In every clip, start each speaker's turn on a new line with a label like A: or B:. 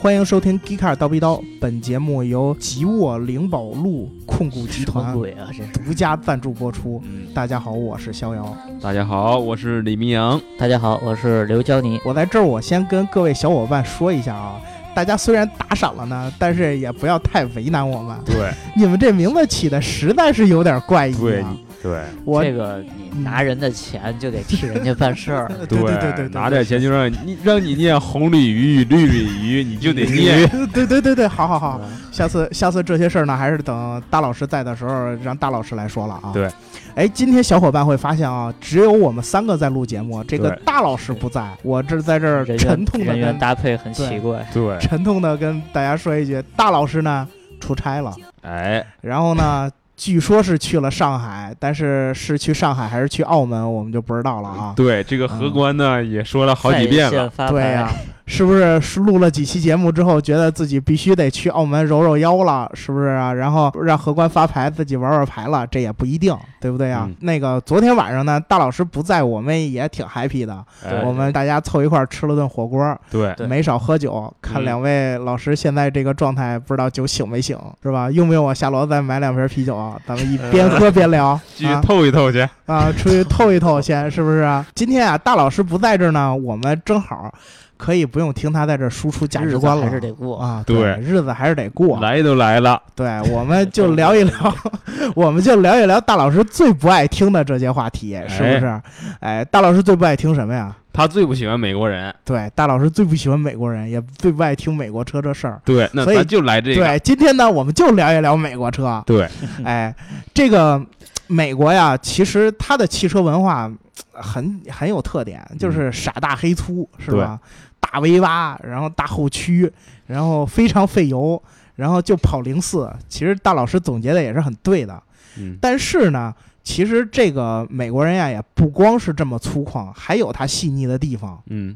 A: 欢迎收听《Geekcar 刀逼刀》，本节目由吉沃灵宝路控股集
B: 什么
A: 团
B: 鬼啊？这
A: 独家赞助播出。
B: 嗯，
A: 大家好，我是逍遥。
C: 大家好，我是李明阳。
B: 大家好，我是刘娇妮。
A: 我在这儿，我先跟各位小伙伴说一下啊，大家虽然打赏了呢，但是也不要太为难我们。
D: 对
A: 你们这名字起的实在是有点怪异、啊。
D: 对你对
A: 我
B: 这个你拿人的钱就得替人家办事儿，
A: 对对对对，
D: 拿点钱就让你让你念红鲤鱼与绿鲤鱼，你就得念。
A: 对。对对对对，好好好，
B: 吧
A: 下次下次这些事儿呢，还是等大老师在的时候，让大老师来说了啊。
D: 对，
A: 哎，今天小伙伴会发现啊，只有我们三个在录节目，这个
D: 对
A: 大老师不在，我这在这儿
B: 人
A: 沉
B: 员
A: 痛的
B: 人员
A: 跟
B: 搭配很奇怪。
D: 对，
A: 沉痛的跟大家说一句，大老师呢出差了，
D: 哎，
A: 然后呢。据说是去了上海，但是是去上海还是去澳门，我们就不知道了啊。
D: 对这个荷官呢也说了好几遍
B: 在线
D: 了。
B: 发牌
A: 对啊呀、是不是是录了几期节目之后，觉得自己必须得去澳门揉揉腰了，是不是啊？然后让荷官发牌，自己玩玩牌了，这也不一定，对不对啊？
D: 嗯
A: 那个昨天晚上呢，大老师不在，我们也挺 happy 的，
D: 哎
A: 我们大家凑一块儿吃了顿火锅，
D: 对
B: 对
A: 没少喝酒。看
D: 嗯
A: 两位老师现在这个状态，不知道酒醒没醒，是吧？用不用我下楼再买两瓶啤酒啊？咱们一边喝边聊。
D: 呃 继续
A: 啊
D: 透一透去。
A: 啊，出去透一透先，是不是啊？今天啊，大老师不在这儿呢，我们正好可以不用听他在这儿输出价值观
B: 日
A: 了，
B: 子还是得过。
A: 啊，
D: 对
A: 日子还是得过。
D: 来都来了，
A: 对，我们就聊一聊， 我们就聊一聊大老师最不爱听的这些话题，是不是？哎，大老师最不爱听什么呀？
D: 他最不喜欢美国人。
A: 对，大老师最不喜欢美国人，也最不爱听美国车这事儿。
D: 对，那
A: 所以
D: 咱就来这个。
A: 对，今天呢，我们就聊一聊美国车。
D: 对，
B: 嗯
A: 哎，这个美国呀，其实它的汽车文化呃很很有特点，
B: 嗯
A: 就是傻大黑粗，是吧？大 V 八，然后大后驱，然后非常费油，然后就跑零四。其实大老师总结的也是很对的，
D: 嗯，
A: 但是呢。其实这个美国人呀，也不光是这么粗犷，还有他细腻的地方。
D: 嗯，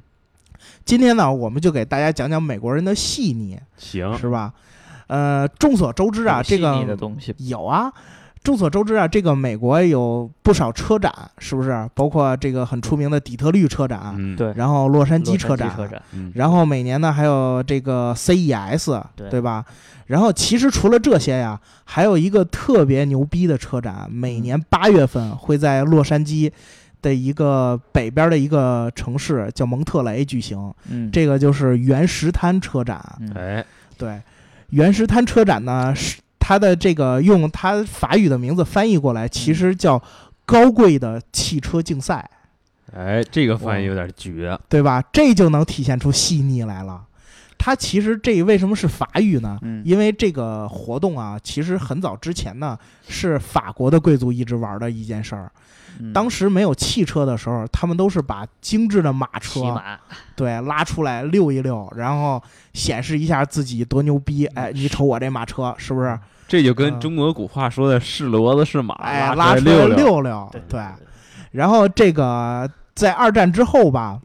A: 今天呢，我们就给大家讲讲美国人的细腻，
D: 行，
A: 是吧？呃，众所周知啊，
B: 嗯很细
A: 这个
B: 腻的东西，
A: 有啊，众所周知啊，这个美国有不少车展，是不是？包括这个很出名的底特律车展，
D: 嗯，
B: 对，
A: 然后洛杉
B: 洛
A: 矶车展，
B: 车展，
D: 嗯，
A: 然后每年呢还有这个 CES，
B: 对
A: 吧？然后其实除了这些呀，还有一个特别牛逼的车展，每年八月份会在洛杉矶。的一个北边的一个城市叫蒙特雷举行，
B: 嗯，
A: 这个就是原石滩车展。
B: 嗯
D: 哎，
A: 对，原石滩车展呢是它的这个用它法语的名字翻译过来，其实叫高贵的汽车竞赛，
D: 哎，这个翻译有点绝。
A: 对吧？这就能体现出细腻来了。它其实这为什么是法语呢？
B: 嗯
A: 因为这个活动啊，其实很早之前呢是法国的贵族一直玩的一件事儿。
B: 嗯
A: 当时没有汽车的时候，他们都是把精致的马车
B: 骑马，
A: 对，拉出来溜一溜，然后显示一下自己多牛逼。哎，你瞅我这马车是不是？
D: 这就
A: 嗯
D: 跟中国古话说的“是骡子是马，
A: 哎，
D: 啊拉
A: 拉
D: 出
A: 出
D: 来
A: 来
D: 溜
A: 溜溜，对。然后这个在二战之后吧，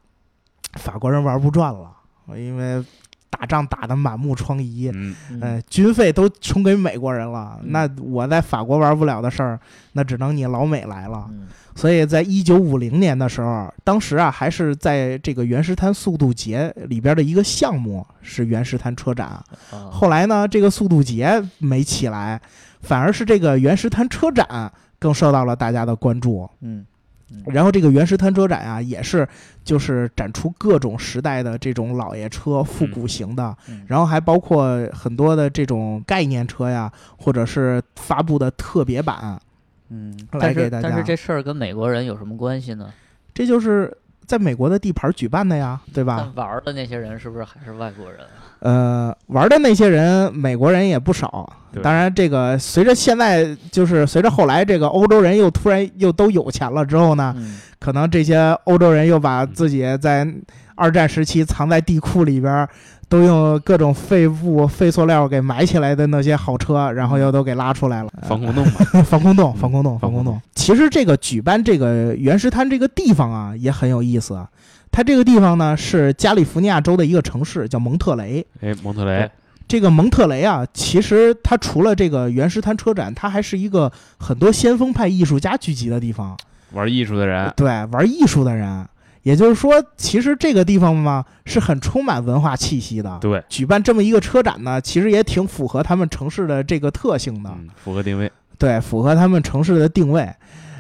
A: 法国人玩不转了，因为打仗打得满目疮痍，
D: 嗯，
B: 嗯
A: 呃，军费都充给美国人了。
B: 嗯
A: 那我在法国玩不了的事儿，那只能你老美来了。
B: 嗯
A: 所以在一九五零年的时候，当时啊还是在这个原石滩速度节里边的一个项目是原石滩车展。
B: 啊
A: 后来呢，这个速度节没起来，反而是这个原石滩车展更受到了大家的关注。
B: 嗯，嗯
A: 然后这个原石滩车展啊，也是就是展出各种时代的这种老爷车、复古型的，
B: 嗯
A: 然后还包括很多的这种概念车呀，或者是发布的特别版。
B: 嗯，
A: 来
B: 但
A: 给
B: 是
A: 大
B: 但是
A: 家
B: 这事儿跟美国人有什么关系呢？
A: 这就是在美国的地盘举办的呀，对吧？
B: 但玩儿的那些人是不是还是外国人？啊
A: 呃，玩的那些人，美国人也不少。
D: 对
A: 当然，这个随着现在就是随着后来这个欧洲人又突然又都有钱了之后呢，
B: 嗯，
A: 可能这些欧洲人又把自己在二战时期藏在地库里边儿，都用各种废物、废塑料给埋起来的那些好车，然后又都给拉出来了。
D: 防空洞嘛。
A: 嗯 防空洞，
D: 嗯
A: 防空洞，防
D: 防
A: 空
D: 空
A: 洞。其实这个举办这个原石滩这个地方啊，也很有意思。它这个地方呢是加利福尼亚州的一个城市，叫蒙特雷。
D: 哎，蒙特雷，
A: 这个蒙特雷啊，其实它除了这个原石滩车展，它还是一个很多先锋派艺术家聚集的地方。呃
D: 玩艺术的人，
A: 对，玩艺术的人，也就是说，其实这个地方嘛是很充满文化气息的。
D: 对，
A: 举办这么一个车展呢，其实也挺符合他们城市的这个特性的，
D: 嗯，符合定位，
A: 对，符合他们城市的定位。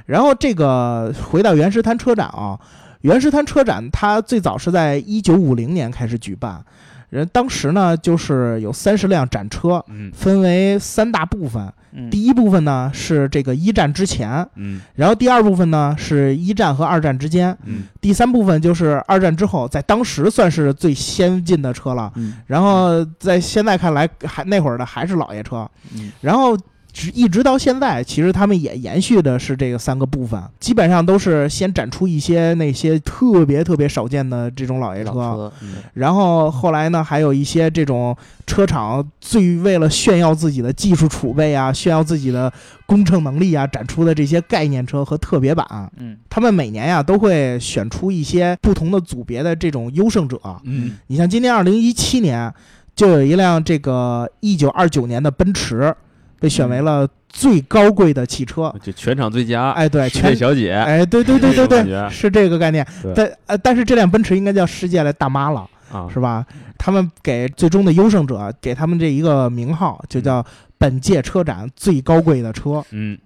A: 然后这个回到原石滩车展啊，原石滩车展它最早是在一九五零年开始举办，人当时呢就是有三十辆展车，
D: 嗯
A: 分为三大部分。
B: 嗯
A: 第一部分呢是这个一战之前，
D: 嗯
A: 然后第二部分呢是一战和二战之间，
D: 嗯
A: 第三部分就是二战之后，在当时算是最先进的车了。
B: 嗯
A: 然后在现在看来，还那会儿的还是老爷车。
B: 嗯
A: 然后直一直到现在，其实他们也延续的是这个三个部分，基本上都是先展出一些那些特别特别少见的这种老爷
B: 哎老
A: 车，
B: 车，
D: 嗯
A: 然后后来呢，还有一些这种车厂最为了炫耀自己的技术储备啊，炫耀自己的工程能力啊，展出的这些概念车和特别版。
B: 嗯
A: 他们每年呀、都会选出一些不同的组别的这种优胜者。
D: 嗯
A: 你像今年二零一七年，就有一辆这个一九二九年的奔驰被选为了最高贵的汽车。
D: 就全场最佳，
A: 嗯哎，对，
D: 世界
A: 全
D: 小姐
A: 哎，对对对对
D: 这种
A: 对，
D: 感觉
A: 是这个概念
D: 对。
A: 但呃，但是这辆奔驰应该叫世界的大妈了。
D: 啊，
A: 是吧？他们给最终的优胜者给他们这一个名号，就叫本届车展最高贵的车。
D: 嗯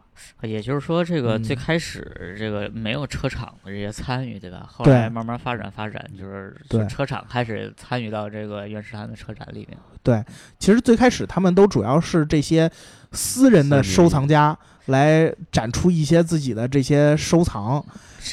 B: 也就是说，这个
A: 嗯
B: 最开始这个没有车厂的这些参与，对吧？后
A: 对
B: 来慢慢发展发展，就是
A: 对
B: 车厂开始参与到这个原始滩的车展里面。
A: 其实最开始他们都主要是这些私人的收藏家来展出一些自己的这些收藏，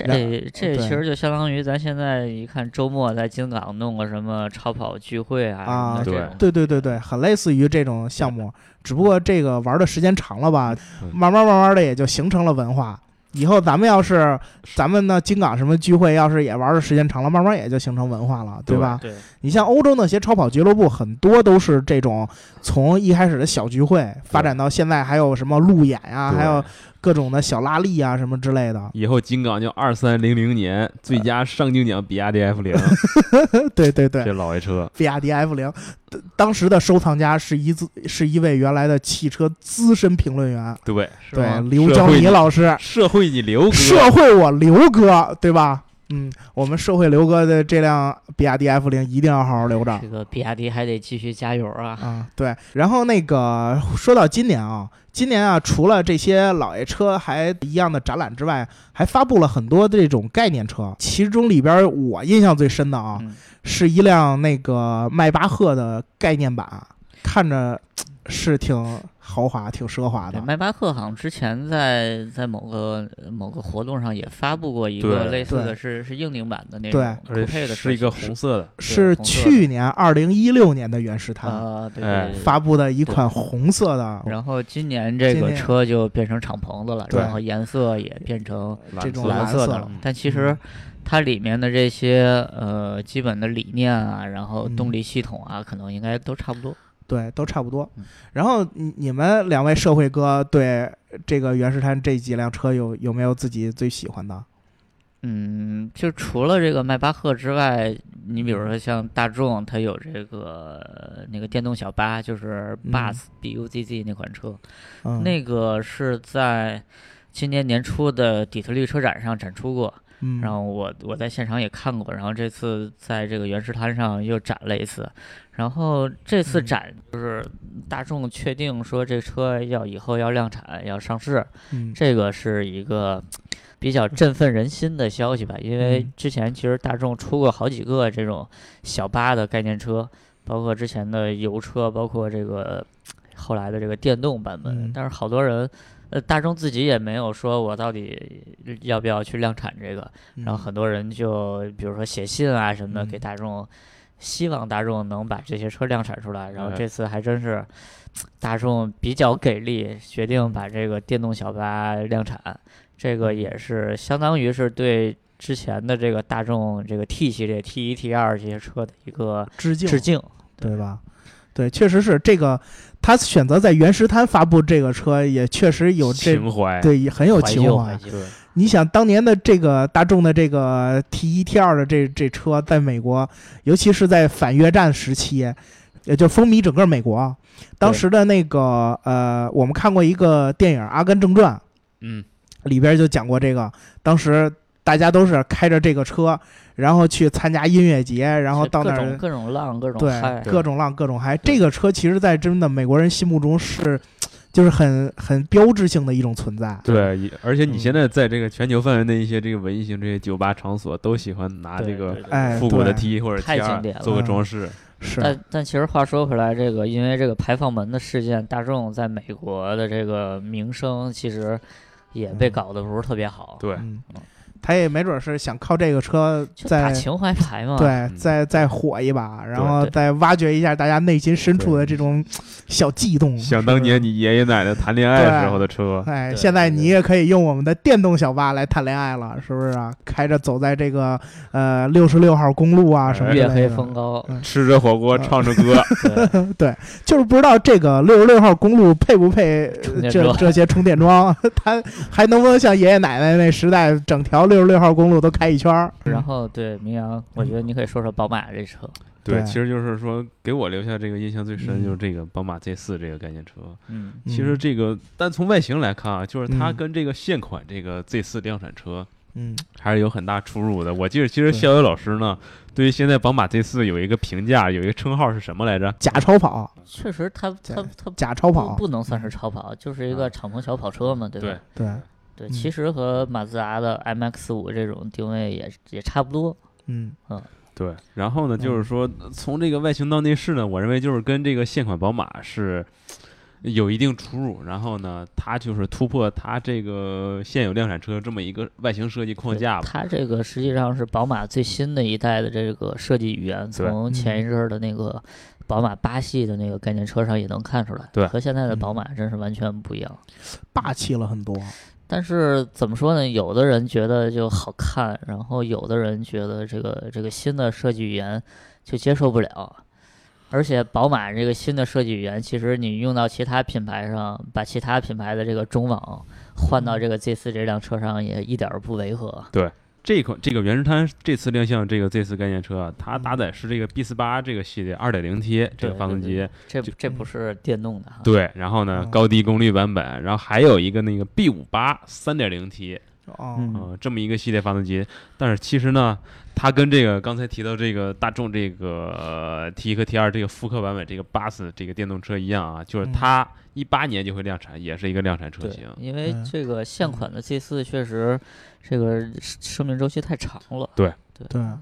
A: 然
B: 这这
A: 哦对
B: 其实就相当于咱现在一看周末在京港弄个什么超跑聚会啊
A: 啊
B: 什么的这种
A: 对对对对，很类似于这种项目，只不过这个玩的时间长了吧，
D: 嗯
A: 慢慢慢慢的也就形成了文化。以后咱们要是咱们呢，京港什么聚会，要是也玩的时间长了，慢慢也就形成文化啊了，对
D: 对
A: 吧？
B: 对
A: 你像欧洲那些超跑俱乐部，很多都是这种从一开始的小聚会，发展到现在还有什么路演啊，
D: 对。
A: 还有各种的小拉力啊什么之类的
D: 以后金港就二三零零年最佳上镜奖比亚迪 F 零，
A: 对对 对，
D: 这老爷车，
A: 比亚迪 F 零，当当时的收藏家是一自是一位原来的汽车资深评论员，
D: 对，
B: 是
A: 对
B: 吗
A: 刘江
D: 社会
A: 米老师，
D: 社会你刘哥，
A: 社会我刘哥，对吧？嗯，我们社会刘哥的这辆比亚迪 F 零一定要好好留着。
B: 这个比亚迪还得继续加油啊！
A: 啊，对。然后那个说到今年啊，今年啊，除了这些老爷车还一样的展览之外，还发布了很多这种概念车。其中里边儿我印象最深的啊，
B: 嗯
A: 是一辆那个迈巴赫的概念版，看着嘖是挺豪华、挺奢华
B: 对，
A: 的。
B: 迈巴赫好像之前在在某个某个活动上也发布过一个
D: 对
B: 类似
A: 对
B: 的是是硬顶版的那
A: 对
B: 种
D: 而
B: 酷配
D: 且
B: 的车型，
D: 是一个红色的，
A: 是
B: 红色的
A: 去年二零一六年的原石滩
B: 啊，对
D: 哎
B: 对对。
A: 发布的一款红色的。
B: 然后今年这
A: 今
B: 个
A: 年
B: 车就变成敞篷的了，
A: 对
B: 然后颜色也变成
A: 这种
B: 蓝
A: 蓝
B: 色
A: 的
B: 的
A: 嗯
B: 了。但其实它里面的这些呃基本的理念啊，然后动
A: 嗯
B: 力系统啊，可能应该都差不多。
A: 对，都差不多
B: 嗯。
A: 然后你你们两位社会哥对这个袁世滩这几辆车有有没有自己最喜欢的？
B: 嗯，就除了这个迈巴赫之外，你比如说像大众，它有这个那个电动小巴，就是
A: 嗯
B: Buzz、B U Z Z 那款车，
A: 嗯，
B: 那个是在今年年初的底特律车展上展出过，
A: 嗯
B: 然后我我在现场也看过，然后这次在这个原石滩上又展了一次，然后这次
A: 嗯
B: 展就是大众确定说这车要以后要量产要上市，
A: 嗯
B: 这个是一个比较振奋人心的消息吧，因为
A: 嗯
B: 之前其实大众出过好几个这种小巴的概念车，包括之前的油车，包括这个后来的这个电动版本，
A: 嗯
B: 但是好多人。呃，大众自己也没有说我到底要不要去量产这个，然后很多人就比如说写信啊什么的给
A: 嗯
B: 大众，希望大众能把这些车量产出来。然后
D: 哎
B: 这次还真是，大众比较给力，决定把这个电动小巴量产。这个也
D: 嗯
B: 是相当于是对之前的这个大众这个 T 系列、T 一、T 二这些车的一个
A: 致敬
B: 致敬。
A: 对吧？对，确实是这个，他选择在原石滩发布这个车，也确实有这
D: 情怀，
A: 对也很有啊
B: 怀
A: 情
B: 旧
A: 怀
B: 怀。旧
A: 你想当年的这个大众的这个 T 一 T 二的这这车，在美国，尤其是在反越战时期，也就风靡整个美国。啊当时的那个呃，我们看过一个电影《阿甘正传》，
D: 嗯，
A: 里边就讲过这个，当时。大家都是开着这个车，然后去参加音乐节，然后到那
B: 各种
A: 儿
B: 各种浪，各种
A: 对
B: 嗨，
A: 各种浪各种嗨。这个车其实，在真的美国人心目中是，就是很很标志性的一种存在。
D: 对，也而且你
A: 嗯
D: 现在在这个全球范围内一些这个文艺型这些酒吧场所都喜欢拿这个
A: 哎
D: 复古的
A: 对
D: T 或者 T
B: 太经典
D: 二
B: 了
D: 做个装饰，
A: 是，
B: 但但其实话说回来，这个因为这个排放门的事件，大众在美国的这个名声其实也被
A: 嗯
B: 搞得不是特别好，
D: 对，
A: 嗯，他也没准是想靠这个车
B: 就打
A: 在
B: 情怀牌嘛。
A: 对再再火一把，然后
B: 对
A: 再挖掘一下大家内心深处的这种小悸动。
D: 想当年
A: 你
D: 你爷爷奶奶谈恋爱的时候的车，
A: 哎，
B: 对
A: 现在你
B: 对
A: 也可以用我们的电动小巴来谈恋爱了，是不是啊？开着走在这个呃六十六号公路啊什么之类
B: 月
A: 的
B: 黑 风高，
D: 吃着火锅
A: 嗯
D: 唱着歌，
B: 对
A: 就是不知道这个六十六号公路配不配
B: 充电
A: 这
B: 桩
A: 这些充电桩， 它还能不能像爷爷奶奶那时代，整条六十六号公路都开一圈儿？
B: 然后对明阳，我觉得你可以说说宝马这车，
A: 对
D: 其实就是说给我留下这个印象最深
A: 嗯
D: 就是这个宝马 Z 四这个概念车，
B: 嗯，
A: 嗯
D: 其实这个单从外形来看啊，就是它
A: 嗯
D: 跟这个现款这个 Z 四量产车
A: 嗯，
D: 还是有很大出入的。我记得其
A: 对
D: 实逍遥老师呢，对于现在宝马 Z 四有一个评价，有一个称号是什么来着？
A: 假超跑，
B: 确实它它它
A: 嗯假超
B: 不
A: 跑，
B: 嗯
A: 嗯
B: 不能算是超跑，就是一个敞篷小跑车嘛，对吧？
A: 对，
B: 对，
A: 嗯
B: 其实和马自达的 MX 五这种定位也也差不多，
A: 嗯
D: 对，然后呢，
A: 嗯
D: 就是说呃从这个外形到内饰呢，我认为就是跟这个现款宝马是呃有一定出入。然后呢，它就是突破它这个现有量产车这么一个外形设计框
B: 对
D: 架吧。
B: 它这个实际上是宝马最新的一代的这个设计语言，
D: 对
B: 从前一阵儿的那个宝马八系的那个概念车上也能看出来，
D: 对
B: 和现在的
A: 嗯
B: 宝马真是完全不一样。
A: 霸气了很多。
B: 但是怎么说呢？有的人觉得就好看，然后有的人觉得这个这个新的设计语言就接受不了。而且宝马这个新的设计语言，其实你用到其他品牌上，把其他品牌的这个中网换
D: 嗯
B: 到这个 Z 四这辆车上，也一点儿不违和。
D: 这款这个原生它这次亮相这个 Z 四概念车啊，它搭载是这个 B 四八这个系列二点零 T 这个
B: 嗯对
D: 发动
B: 对嗯
D: 机，
B: 这
D: 就嗯
B: 这不是电动的哈，
D: 对，然后呢
A: 哦
D: 高低功率版本，然后还有一个那个 B 五八三点零 T，
A: 哦，
B: 嗯
D: 嗯，这么一个系列发动机，但是其实呢，它跟这个刚才提到这个大众这个、呃 T 和 T 二这个复刻版本这个巴斯这个电动车一样啊，就是
A: 嗯
D: 它一八年就会量产，也是一个量产车
B: 对
D: 型。
B: 因为
A: 嗯
B: 这个现款的 G 四确实这个生生命周期太长了，
A: 对，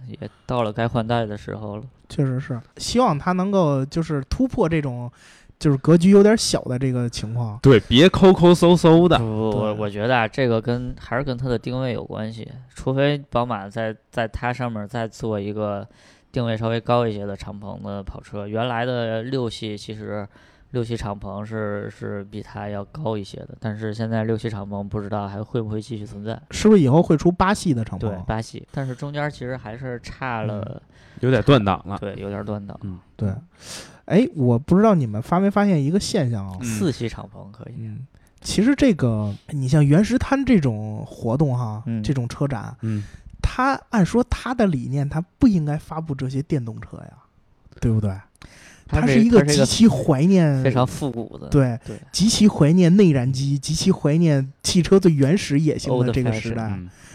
B: 也到了该换代的时候了。
A: 确实是，希望它能够就是突破这种就是格局有点小的这个情况。
D: 对，别抠抠搜搜的。
B: 不，我我觉得啊，这个跟还是跟它的定位有关系，除非宝马在在它上面再做一个定位稍微高一些的敞篷的跑车。原来的六系其实六系敞篷是是比它要高一些的，但是现在六系敞篷不知道还会不会继续存在。
A: 是不是以后会出八系的敞
B: 对
A: 篷？
B: 八系，但是中间其实还是差了，
D: 有点断档了。
B: 对，有点断档。
A: 对，哎，我不知道你们发没发现一个现象啊？
D: 嗯
B: 四系敞篷可以，
A: 嗯，其实这个你像原石滩这种活动哈，
B: 嗯
A: 这种车展，
D: 嗯，
A: 它按说它的理念，它不应该发布这些电动车呀，对不对？它
B: 是
A: 是一个
B: 它是
A: 极其怀念
B: 非常复古的，
A: 对
B: 嗯对
A: 极其怀念内燃机，极其怀念汽车最原始野性
B: Old
A: 的这个时代，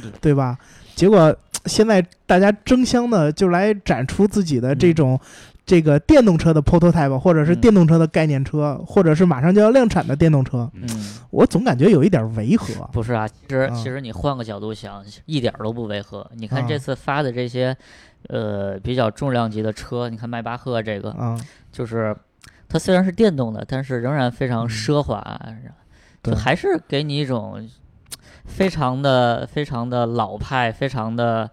D: 嗯，
A: 对吧？结果现在大家争相的就来展出自己的这种、这个电动车的 prototype，或者是
B: 嗯
A: 电动车的概念车，或者是马上就要量产的电动车，
B: 嗯。
A: 我总感觉有一点违和。
B: 不是啊，其实、
A: 嗯
B: 其实你换个角度想，一点儿都不违和。你看
A: 嗯
B: 这次发的这些，呃，比较重量级的车，你看迈巴赫这个，
A: 啊、
B: 就是它虽然是电动的，但是仍然非常
A: 嗯
B: 奢华，啊
A: 对
B: 就还是给你一种非常的、非常的老派、非常的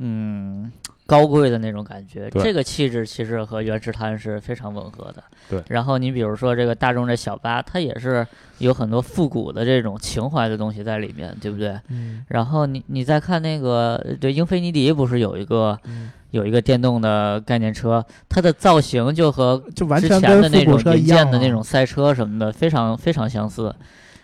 B: 嗯高贵的那种感觉。
D: 对
B: 这个气质其实和原石滩是非常吻合的。
D: 对
B: 然后你比如说这个大众这小巴，它也是有很多复古的这种情怀的东西在里面，对不对？
A: 嗯
B: 然后你你再看那个，对，英菲尼迪不是有一个
A: 嗯，
B: 有一个电动的概念车，它的造型就和
A: 就完
B: 之
A: 全
B: 前的
A: 跟
B: 那
A: 复
B: 种
A: 古车
B: 银
A: 一样
B: 建的那
A: 啊
B: 种赛车什么的，非常非常相似。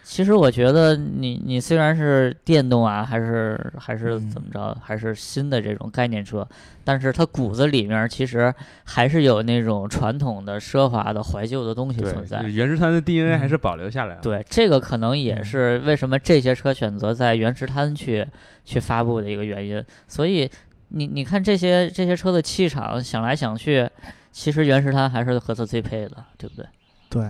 B: 其实我觉得你你虽然是电动啊，还是还是
A: 嗯
B: 怎么着，还是新的这种概念车，但是它骨子里面其实还是有那种传统的奢华的怀旧的东西
D: 对
B: 存，在
D: 就是。原石滩的 DNA
A: 嗯
D: 还是保留下来了。
B: 对，这个可能也
A: 嗯
B: 是为什么这些车选择在原石滩去去发布的一个原因。所以你你看这些这些车的气场，想来想去，其实原石滩还是和它最配的，对不对？
A: 对，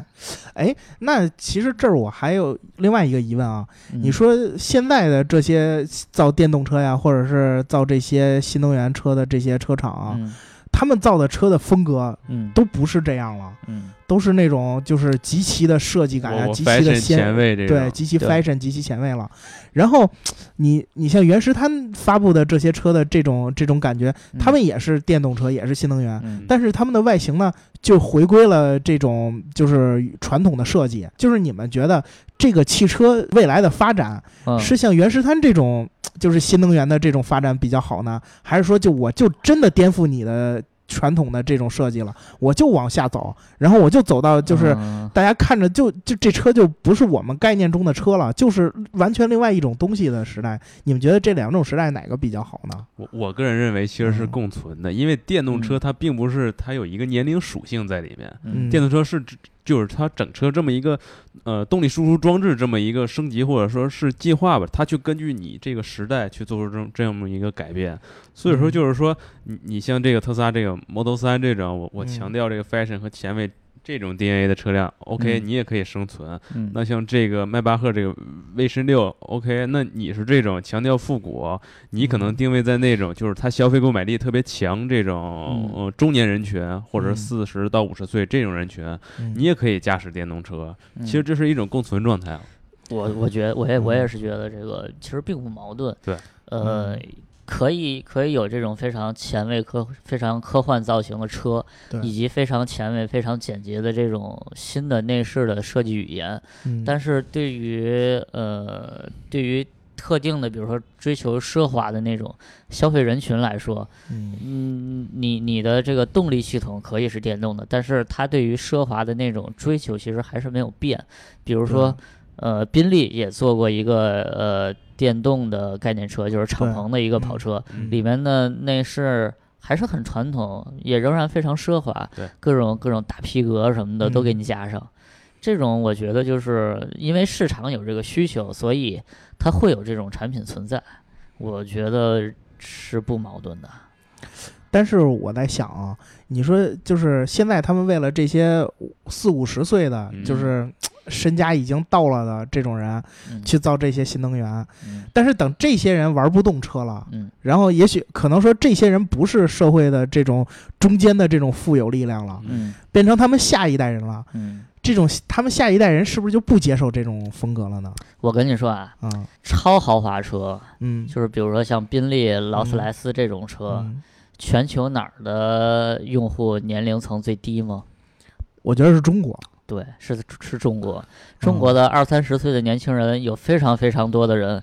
A: 哎，那其实这儿我还有另外一个疑问啊，
B: 嗯
A: 你说现在的这些造电动车呀，或者是造这些新能源车的这些车厂啊，
B: 嗯
A: 他们造的车的风格
B: 嗯
A: 都不是这样了，
B: 嗯，
A: 都是那种就是极其的设计感啊，
D: 我我
A: 极其的
D: fashion 前
A: 先。
D: 卫这
A: 对，
D: 种，
A: 极其
B: 对
A: fashion，极其前卫了。然后，你你像原石滩发布的这些车的这种这种感觉，他们也是电动车，也是新能源，
B: 嗯
A: 但是他们的外形呢，就回归了这种就是传统的设计。就是你们觉得这个汽车未来的发展
B: 嗯
A: 是像原石滩这种就是新能源的这种发展比较好呢，还是说就我就真的颠覆你的传统的这种设计了，我就往下走，然后我就走到就是。
B: 嗯
A: 大家看着就就这车就不是我们概念中的车了，就是完全另外一种东西的时代。你们觉得这两种时代哪个比较好呢？
D: 我我个人认为其实是共存的，因为电动车它并不是它有一个年龄属性在里面，
A: 嗯
D: 电动车是指就是它整车这么一个呃动力输出装置这么一个升级或者说是进化吧，它去根据你这个时代去做出这这么一个改变。所以
A: 嗯
D: 说就是说你你像这个特斯拉这个 Model 三这种，我我
A: 嗯
D: 强调这个 fashion 和前卫。这种 DNA 的车辆，OK，、
B: 嗯
D: 你也可以生存。
B: 嗯
D: 那像这个迈巴赫这个 V 十六，OK，那你是这种强调复古，你可能
A: 嗯
D: 定位在那种就是他消费购买力特别强这种、
B: 嗯
D: 呃中年人群，或者
A: 嗯
D: 四十到五十岁这种人群，你也可以驾驶电动车。
B: 嗯
D: 其实这是一种共存状态。啊
B: 我我觉得我也我也
A: 嗯
B: 是觉得这个其实并不矛盾。
D: 对，
B: 呃，可以可以有这种非常前卫科非常科幻造型的车，
A: 对
B: 以及非常前卫非常简洁的这种新的内饰的设计语言，
A: 嗯
B: 但是对于呃对于特定的，比如说追求奢华的那种消费人群来说，
A: 嗯
B: 嗯，你你的这个动力系统可以是电动的，但是它对于奢华的那种追求其实还是没有变。比如说，呃，宾利也做过一个呃电动的概念车，就是敞
A: 对
B: 篷的一个
A: 嗯
B: 跑车，
D: 嗯
B: 里面的内饰还是很传统，也仍然非常奢华
D: 对，
B: 各种各种大皮革什么的都给
A: 嗯
B: 你加上。这种我觉得就是因为市场有这个需求，所以它会有这种产品存在，我觉得是不矛盾的。
A: 但是我在想啊，你说就是现在他们为了这些四五十岁的，
D: 嗯
A: 就是嘖身家已经到了的这种人
B: 嗯
A: 去造这些新能源，
B: 嗯
A: 但是等这些人玩不动车了，
B: 嗯
A: 然后也许可能说这些人不是社会的这种中间的这种富有力量了，
B: 嗯
A: 变成他们下一代人了。
B: 嗯，
A: 这种他们下一代人是不是就不接受这种风格了呢？
B: 我跟你说啊，
A: 啊、
B: 超豪华车，
A: 嗯，
B: 就是比如说像宾利、劳斯莱斯这种车，
A: 嗯
B: 全球哪儿的用户年龄层最低吗？
A: 我觉得是中国，嗯
B: 对，是是中国，中国的二三十岁的年轻人有非常非常多的人，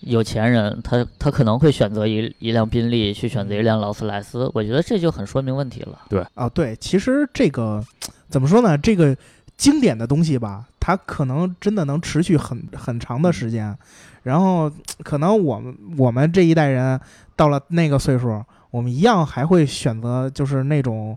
B: 有钱人他他可能会选择一一辆宾利去选择一辆劳斯莱斯，我觉得这就很说明问题了。
A: 啊，对，其实这个怎么说呢？这个经典的东西吧，它可能真的能持续很很长的时间。然后可能我们我们这一代人到了那个岁数，我们一样还会选择就是那种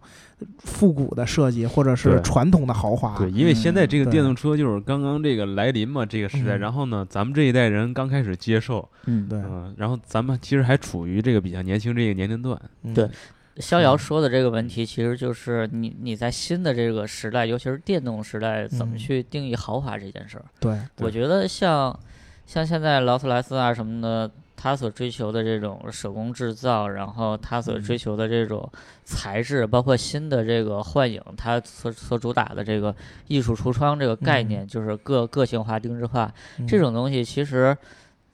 A: 复古的设计，或者是
D: 对
A: 传统的豪华。
D: 对，因为现在这个
A: 嗯
D: 电动车就是刚刚这个来临嘛，这个时代。
A: 嗯
D: 然后呢，咱们这一代人刚开始接受，
B: 嗯，
A: 对
D: 嗯、然后咱们其实还处于这个比较年轻这个年龄段。
A: 嗯
B: 对逍遥说的这个问题，其实就是你你在新的这个时代，尤其是电动时代，怎
A: 嗯
B: 么去定义豪华这件事儿？
A: 对，
B: 我觉得像像现在劳斯莱斯啊什么的，它所追求的这种手工制造，然后它所
A: 嗯
B: 追求的这种材质，包括新的这个幻影，它所所主打的这个艺术橱窗这个概
A: 嗯
B: 念，就是个个性化、定制化这种东西，其实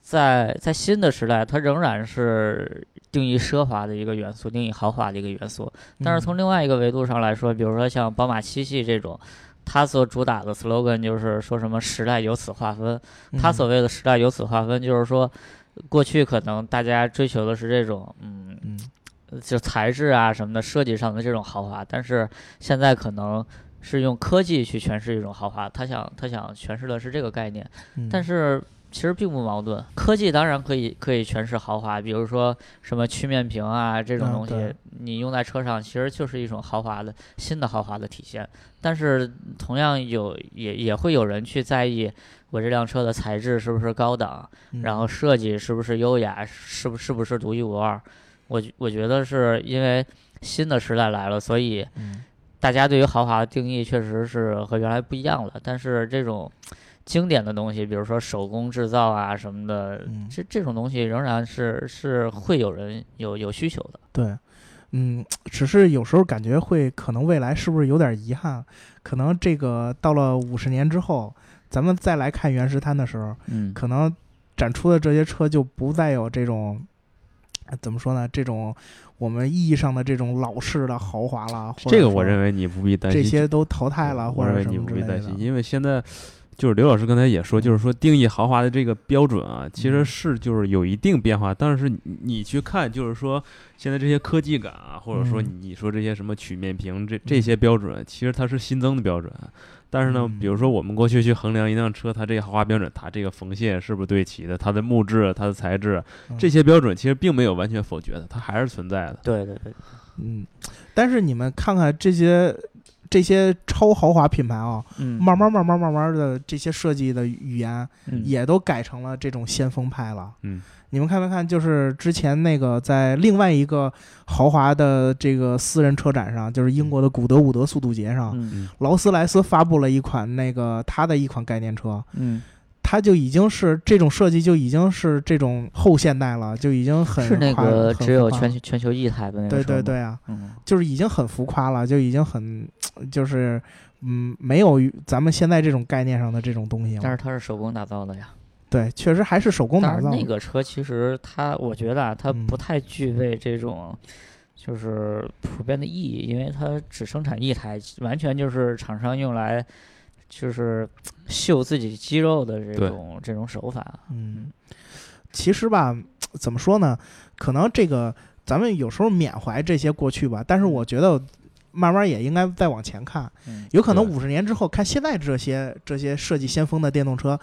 B: 在，在新的时代，它仍然是定义奢华的一个元素，定义豪华的一个元素。
A: 嗯，
B: 但是从另外一个维度上来说，比如说像宝马七系这种，它所主打的 slogan 就是说什么“时代由此划分”。
A: 嗯
B: 它所谓的“时代由此划分”，就是说，过去可能大家追求的是这种，嗯，
A: 嗯
B: 就材质啊什么的设计上的这种豪华，但是现在可能是用科技去诠释一种豪华，他想他想诠释的是这个概念，
A: 嗯
B: 但是其实并不矛盾。科技当然可以可以诠释豪华，比如说什么曲面屏啊这种
A: 嗯
B: 东西，
A: 对
B: 你用在车上其实就是一种豪华的新的豪华的体现。但是同样有也也会有人去在意我这辆车的材质是不是高档，
A: 嗯
B: 然后设计是不是优雅，是不是不是独一无二。我觉我觉得是因为新的时代来了，所以
A: 嗯
B: 大家对于豪华的定义确实是和原来不一样了，但是这种经典的东西，比如说手工制造啊什么的，
A: 嗯
B: 这这种东西仍然是是会有人有有需求的。
A: 对，嗯，只是有时候感觉会可能未来是不是有点遗憾？可能这个到了五十年之后，咱们再来看原石滩的时候，
B: 嗯
A: 可能展出的这些车就不再有这种。呃怎么说呢？这种我们意义上的这种老式的豪华了，或者
D: 这个
A: 说
D: 我认为你不必担
A: 这
D: 心，
A: 些都淘汰了，
D: 我
A: 或
D: 认
A: 者
D: 为
A: 什
D: 你
A: 么
D: 不
A: 之
D: 必
A: 类的
D: 担。心，因为现在就是刘老师刚才也说，就是说定义豪华的这个标准啊，其实
A: 嗯
D: 是就是有一定变化，但是你你去看，就是说现在这些科技感啊，或者说
A: 嗯
D: 你说这些什么曲面屏这这些标准，其实它是新增的标准。啊但是呢
A: 嗯，
D: 比如说我们过去去衡量一辆车，它这个豪华标准，它这个缝线是不是对齐的，它的木质、它的材质，这
A: 嗯
D: 些标准其实并没有完全否决的，它还是存在的。
B: 对对对，
A: 嗯，但是你们看看这些这些超豪华品牌啊，
B: 嗯，
A: 慢慢慢慢慢慢的这些设计的语言
B: 嗯
A: 也都改成了这种先锋派了。
D: 嗯，
A: 你们看没看？就是之前那个在另外一个豪华的这个私人车展上，就是英国的古德伍德速度节上，
B: 嗯
A: 劳斯莱斯发布了一款那个它的一款概念车，
B: 嗯，
A: 它就已经是这种设计就已经是这种后现代了，就已经很
B: 是那
A: 夸
B: 个
A: 很
B: 只有
A: 夸
B: 全球全球一台的那个
A: 对
B: 车
A: 对
B: 吗，
A: 对啊，
B: 嗯，
A: 就是已经很浮夸了，就已经很就是嗯，没有咱们现在这种概念上的这种东西
B: 嗯但
A: 了
B: 是。它是手工打造的呀。
A: 对，确实还是手工
B: 当
A: 打
B: 然，
A: 造的。
B: 那个车其实它，我觉得啊，它
A: 嗯
B: 不太具备这种就是普遍的意义，因为它只生产一台，完全就是厂商用来就是秀自己肌肉的这
D: 对
B: 种这种手法。
D: 啊
A: 嗯，其实吧，怎么说呢？可能这个咱们有时候缅怀这些过去吧，但是
D: 嗯
A: 我觉得慢慢也应该再往前看。
B: 嗯，
A: 有可能
D: 对
A: 五十年之后看现在这些这些设计先锋的电动车，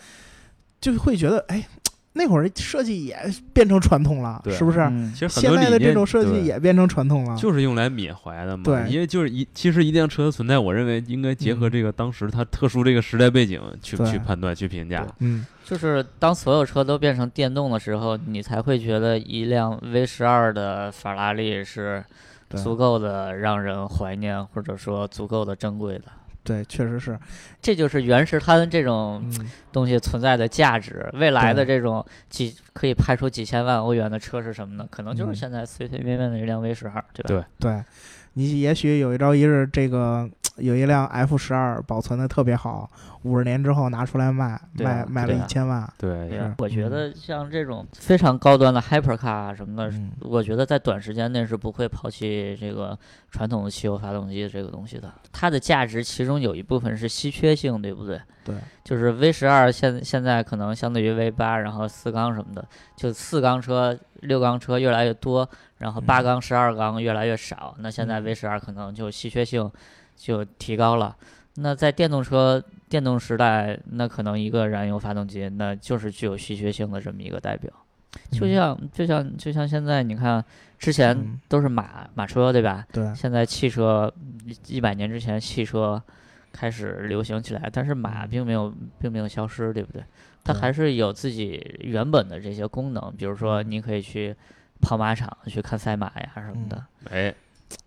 A: 就会觉得哎，那会儿设计也变成传统了，
D: 对
A: 是不是？啊
B: 嗯
D: 其实很
A: 现
D: 多
A: 在
D: 理
A: 的
D: 念
A: 这种设
D: 对
A: 计也变成传统了。嗯
D: 就是用来缅怀的嘛。
A: 啊对嗯
D: 因为就是一，其实一辆车的存在，我认为应该结合这个当时它特殊这个时代背景去
A: 对
D: 去判断、去评价
B: 对。
A: 嗯，
B: 就是当所有车都变成电动的时候，你才会觉得一辆 V 十二的法拉利是
A: 对
B: 足够的让人怀念，或者说足够的珍贵的。
A: 对，确实是。
B: 这就是原石滩这种
A: 嗯，
B: 东西存在的价值，未来的
A: 对
B: 这种几可以拍出几千万欧元的车是什么呢？可能就是
A: 嗯
B: 现在随随便便的一辆 V 十二，对吧？
D: 对
A: 对，你也许有一朝一日，这个有一辆 F 十二保存的特别好，五十年之后拿出来卖，
B: 对啊
A: 卖卖了
B: 对啊
A: 一千万。
B: 对
D: 对，
B: 呀
A: 是
B: 我觉
A: 嗯
B: 得像这种非常高端的 hypercar 啊什么的，
A: 嗯，
B: 我觉得在短时间内是不会抛弃这个传统的汽油发动机这个东西的。它的价值其中有一部分是稀缺性，对不对？
A: 对，
B: 就是 V 十二现现在可能相对于 V 八，然后四缸什么的，就四缸车、六缸车越来越多，然后
A: 嗯
B: 八缸、十二缸越来越少。那现在
A: 嗯
B: V 十二可能就稀缺性就提高了。那在电动车电动时代，那可能一个燃油发动机，那就是具有稀缺性的这么一个代表。就
A: 嗯
B: 像就像就像现在，你看之前
A: 嗯
B: 都是马马车对吧？
A: 对，
B: 现在汽车一百年之前汽车开始流行起来，但是马
A: 嗯
B: 并没有并没有消失，对不对？它
A: 对
B: 还是有自己原本的这些功能，比如说
A: 嗯
B: 你可以去跑马场去看赛马呀什么
A: 嗯
B: 的。
D: 哎，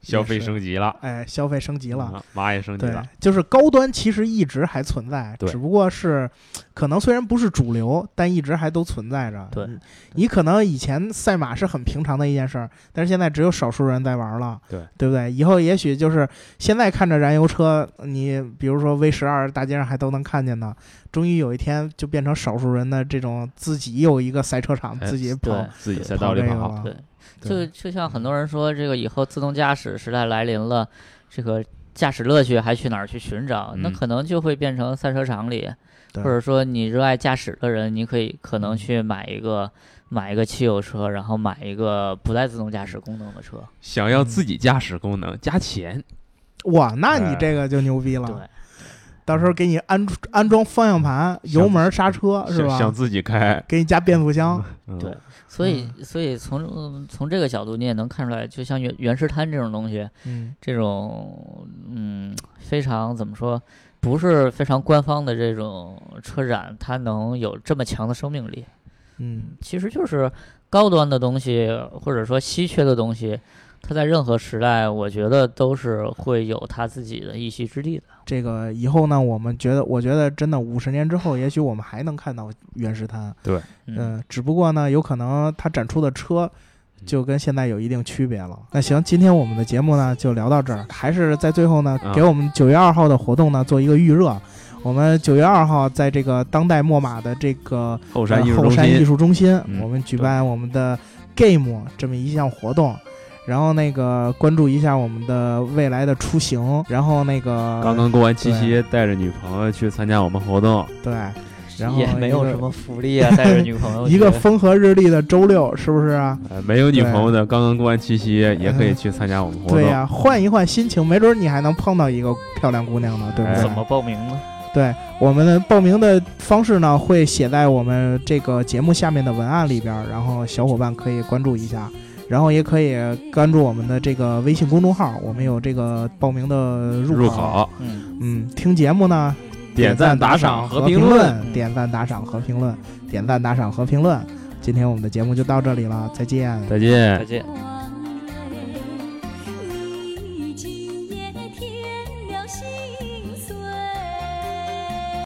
D: 消费升级了，
A: 哎，消费升级
B: 嗯
A: 了。
D: 啊，马也升级
A: 对
D: 了，，
A: 就是高端其实一直还存在，
D: 对
A: 只不过是可能虽然不是主流，但一直还都存在着。
B: 对
A: 你，你可能以前赛马是很平常的一件事儿，但是现在只有少数人在玩了，
D: 对
A: 对不对？以后也许就是现在看着燃油车，你比如说 V 十二，大街上还都能看见呢。终于有一天就变成少数人的这种自己有一个赛车场，
D: 哎
A: 自己跑
B: 对
D: 自己赛道
A: 跑
D: 里
A: 这个
D: 跑好。
A: 了。
B: 对，就
A: 对
B: 就像很多人说，这个以后自动驾驶时代来临了，这个驾驶乐趣还去哪儿去寻找？那
D: 嗯
B: 可能就会变成赛车场里，
A: 对嗯
B: 或者说你热爱驾驶的人，你可以可能去买一个买一个汽油车，然后
A: 嗯
B: 买一个不带自动驾驶功能的车。
D: 想要自己驾驶功能加钱，
A: 哇，那你这个就牛逼了，
B: 对，
A: 到时候给你安安装方向盘、油门、刹车啊是
D: 想
A: 吧
D: 想？自己开，
A: 给你加变速箱，
D: 嗯
B: 对所以
A: 嗯
B: 所以从、呃从这个角度你也能看出来，就像原原石滩这种东西，
A: 嗯
B: 这种嗯非常怎么说，不是非常官方的这种车展，它能有这么强的生命力，
A: 嗯，
B: 其实就是高端的东西或者说稀缺的东西，它在任何时代，我觉得都是会有它自己的一席之地的。
A: 这个以后呢，我们觉得，我觉得真的五十年之后，也许我们还能看到原石滩，
B: 嗯，
A: 嗯，只不过呢，有可能它展出的车就跟现在有一定区别了。那行，今天我们的节目呢就聊到这儿，还是在最后呢，
D: 啊
A: 给我们九月二号的活动呢做一个预热。我们九月二号在这个当代墨马的这个
D: 后
A: 呃
D: 山艺术
A: 后
D: 中
A: 山艺
D: 心，
A: 术中心，
D: 嗯
A: 我们举办我们的 Game 这么一项活动。然后那个关注一下我们的未来的出行，然后那个
D: 刚刚过完七夕，带着女朋友去参加我们活动，
A: 对，然后
B: 也没有
A: 一个
B: 什么福利啊，带着女朋 友
A: 一个
B: 去
A: 风和日丽的周六，是不是啊？
D: 呃，没有女朋友的，刚刚过完七夕也可以去参加我们活动。
A: 对呀、换一换心情，没准你还能碰到一个漂亮姑娘呢，对不对？
D: 哎
B: 怎么报名呢？
A: 对我们的报名的方式呢，会写在我们这个节目下面的文案里边儿，然后小伙伴可以关注一下，然后也可以关注我们的这个微信公众号，我们有这个报名的入口。
D: 入口
B: 嗯，
A: 嗯，听节目呢，
D: 点赞、
A: 赞、
D: 打
A: 赏
D: 赏和
A: 评
D: 评论，
A: 点赞、打赏和评论，点赞、打赏和评论。今天我们的节目就到这里了，再见。
D: 再见
B: 再。见。
E: 「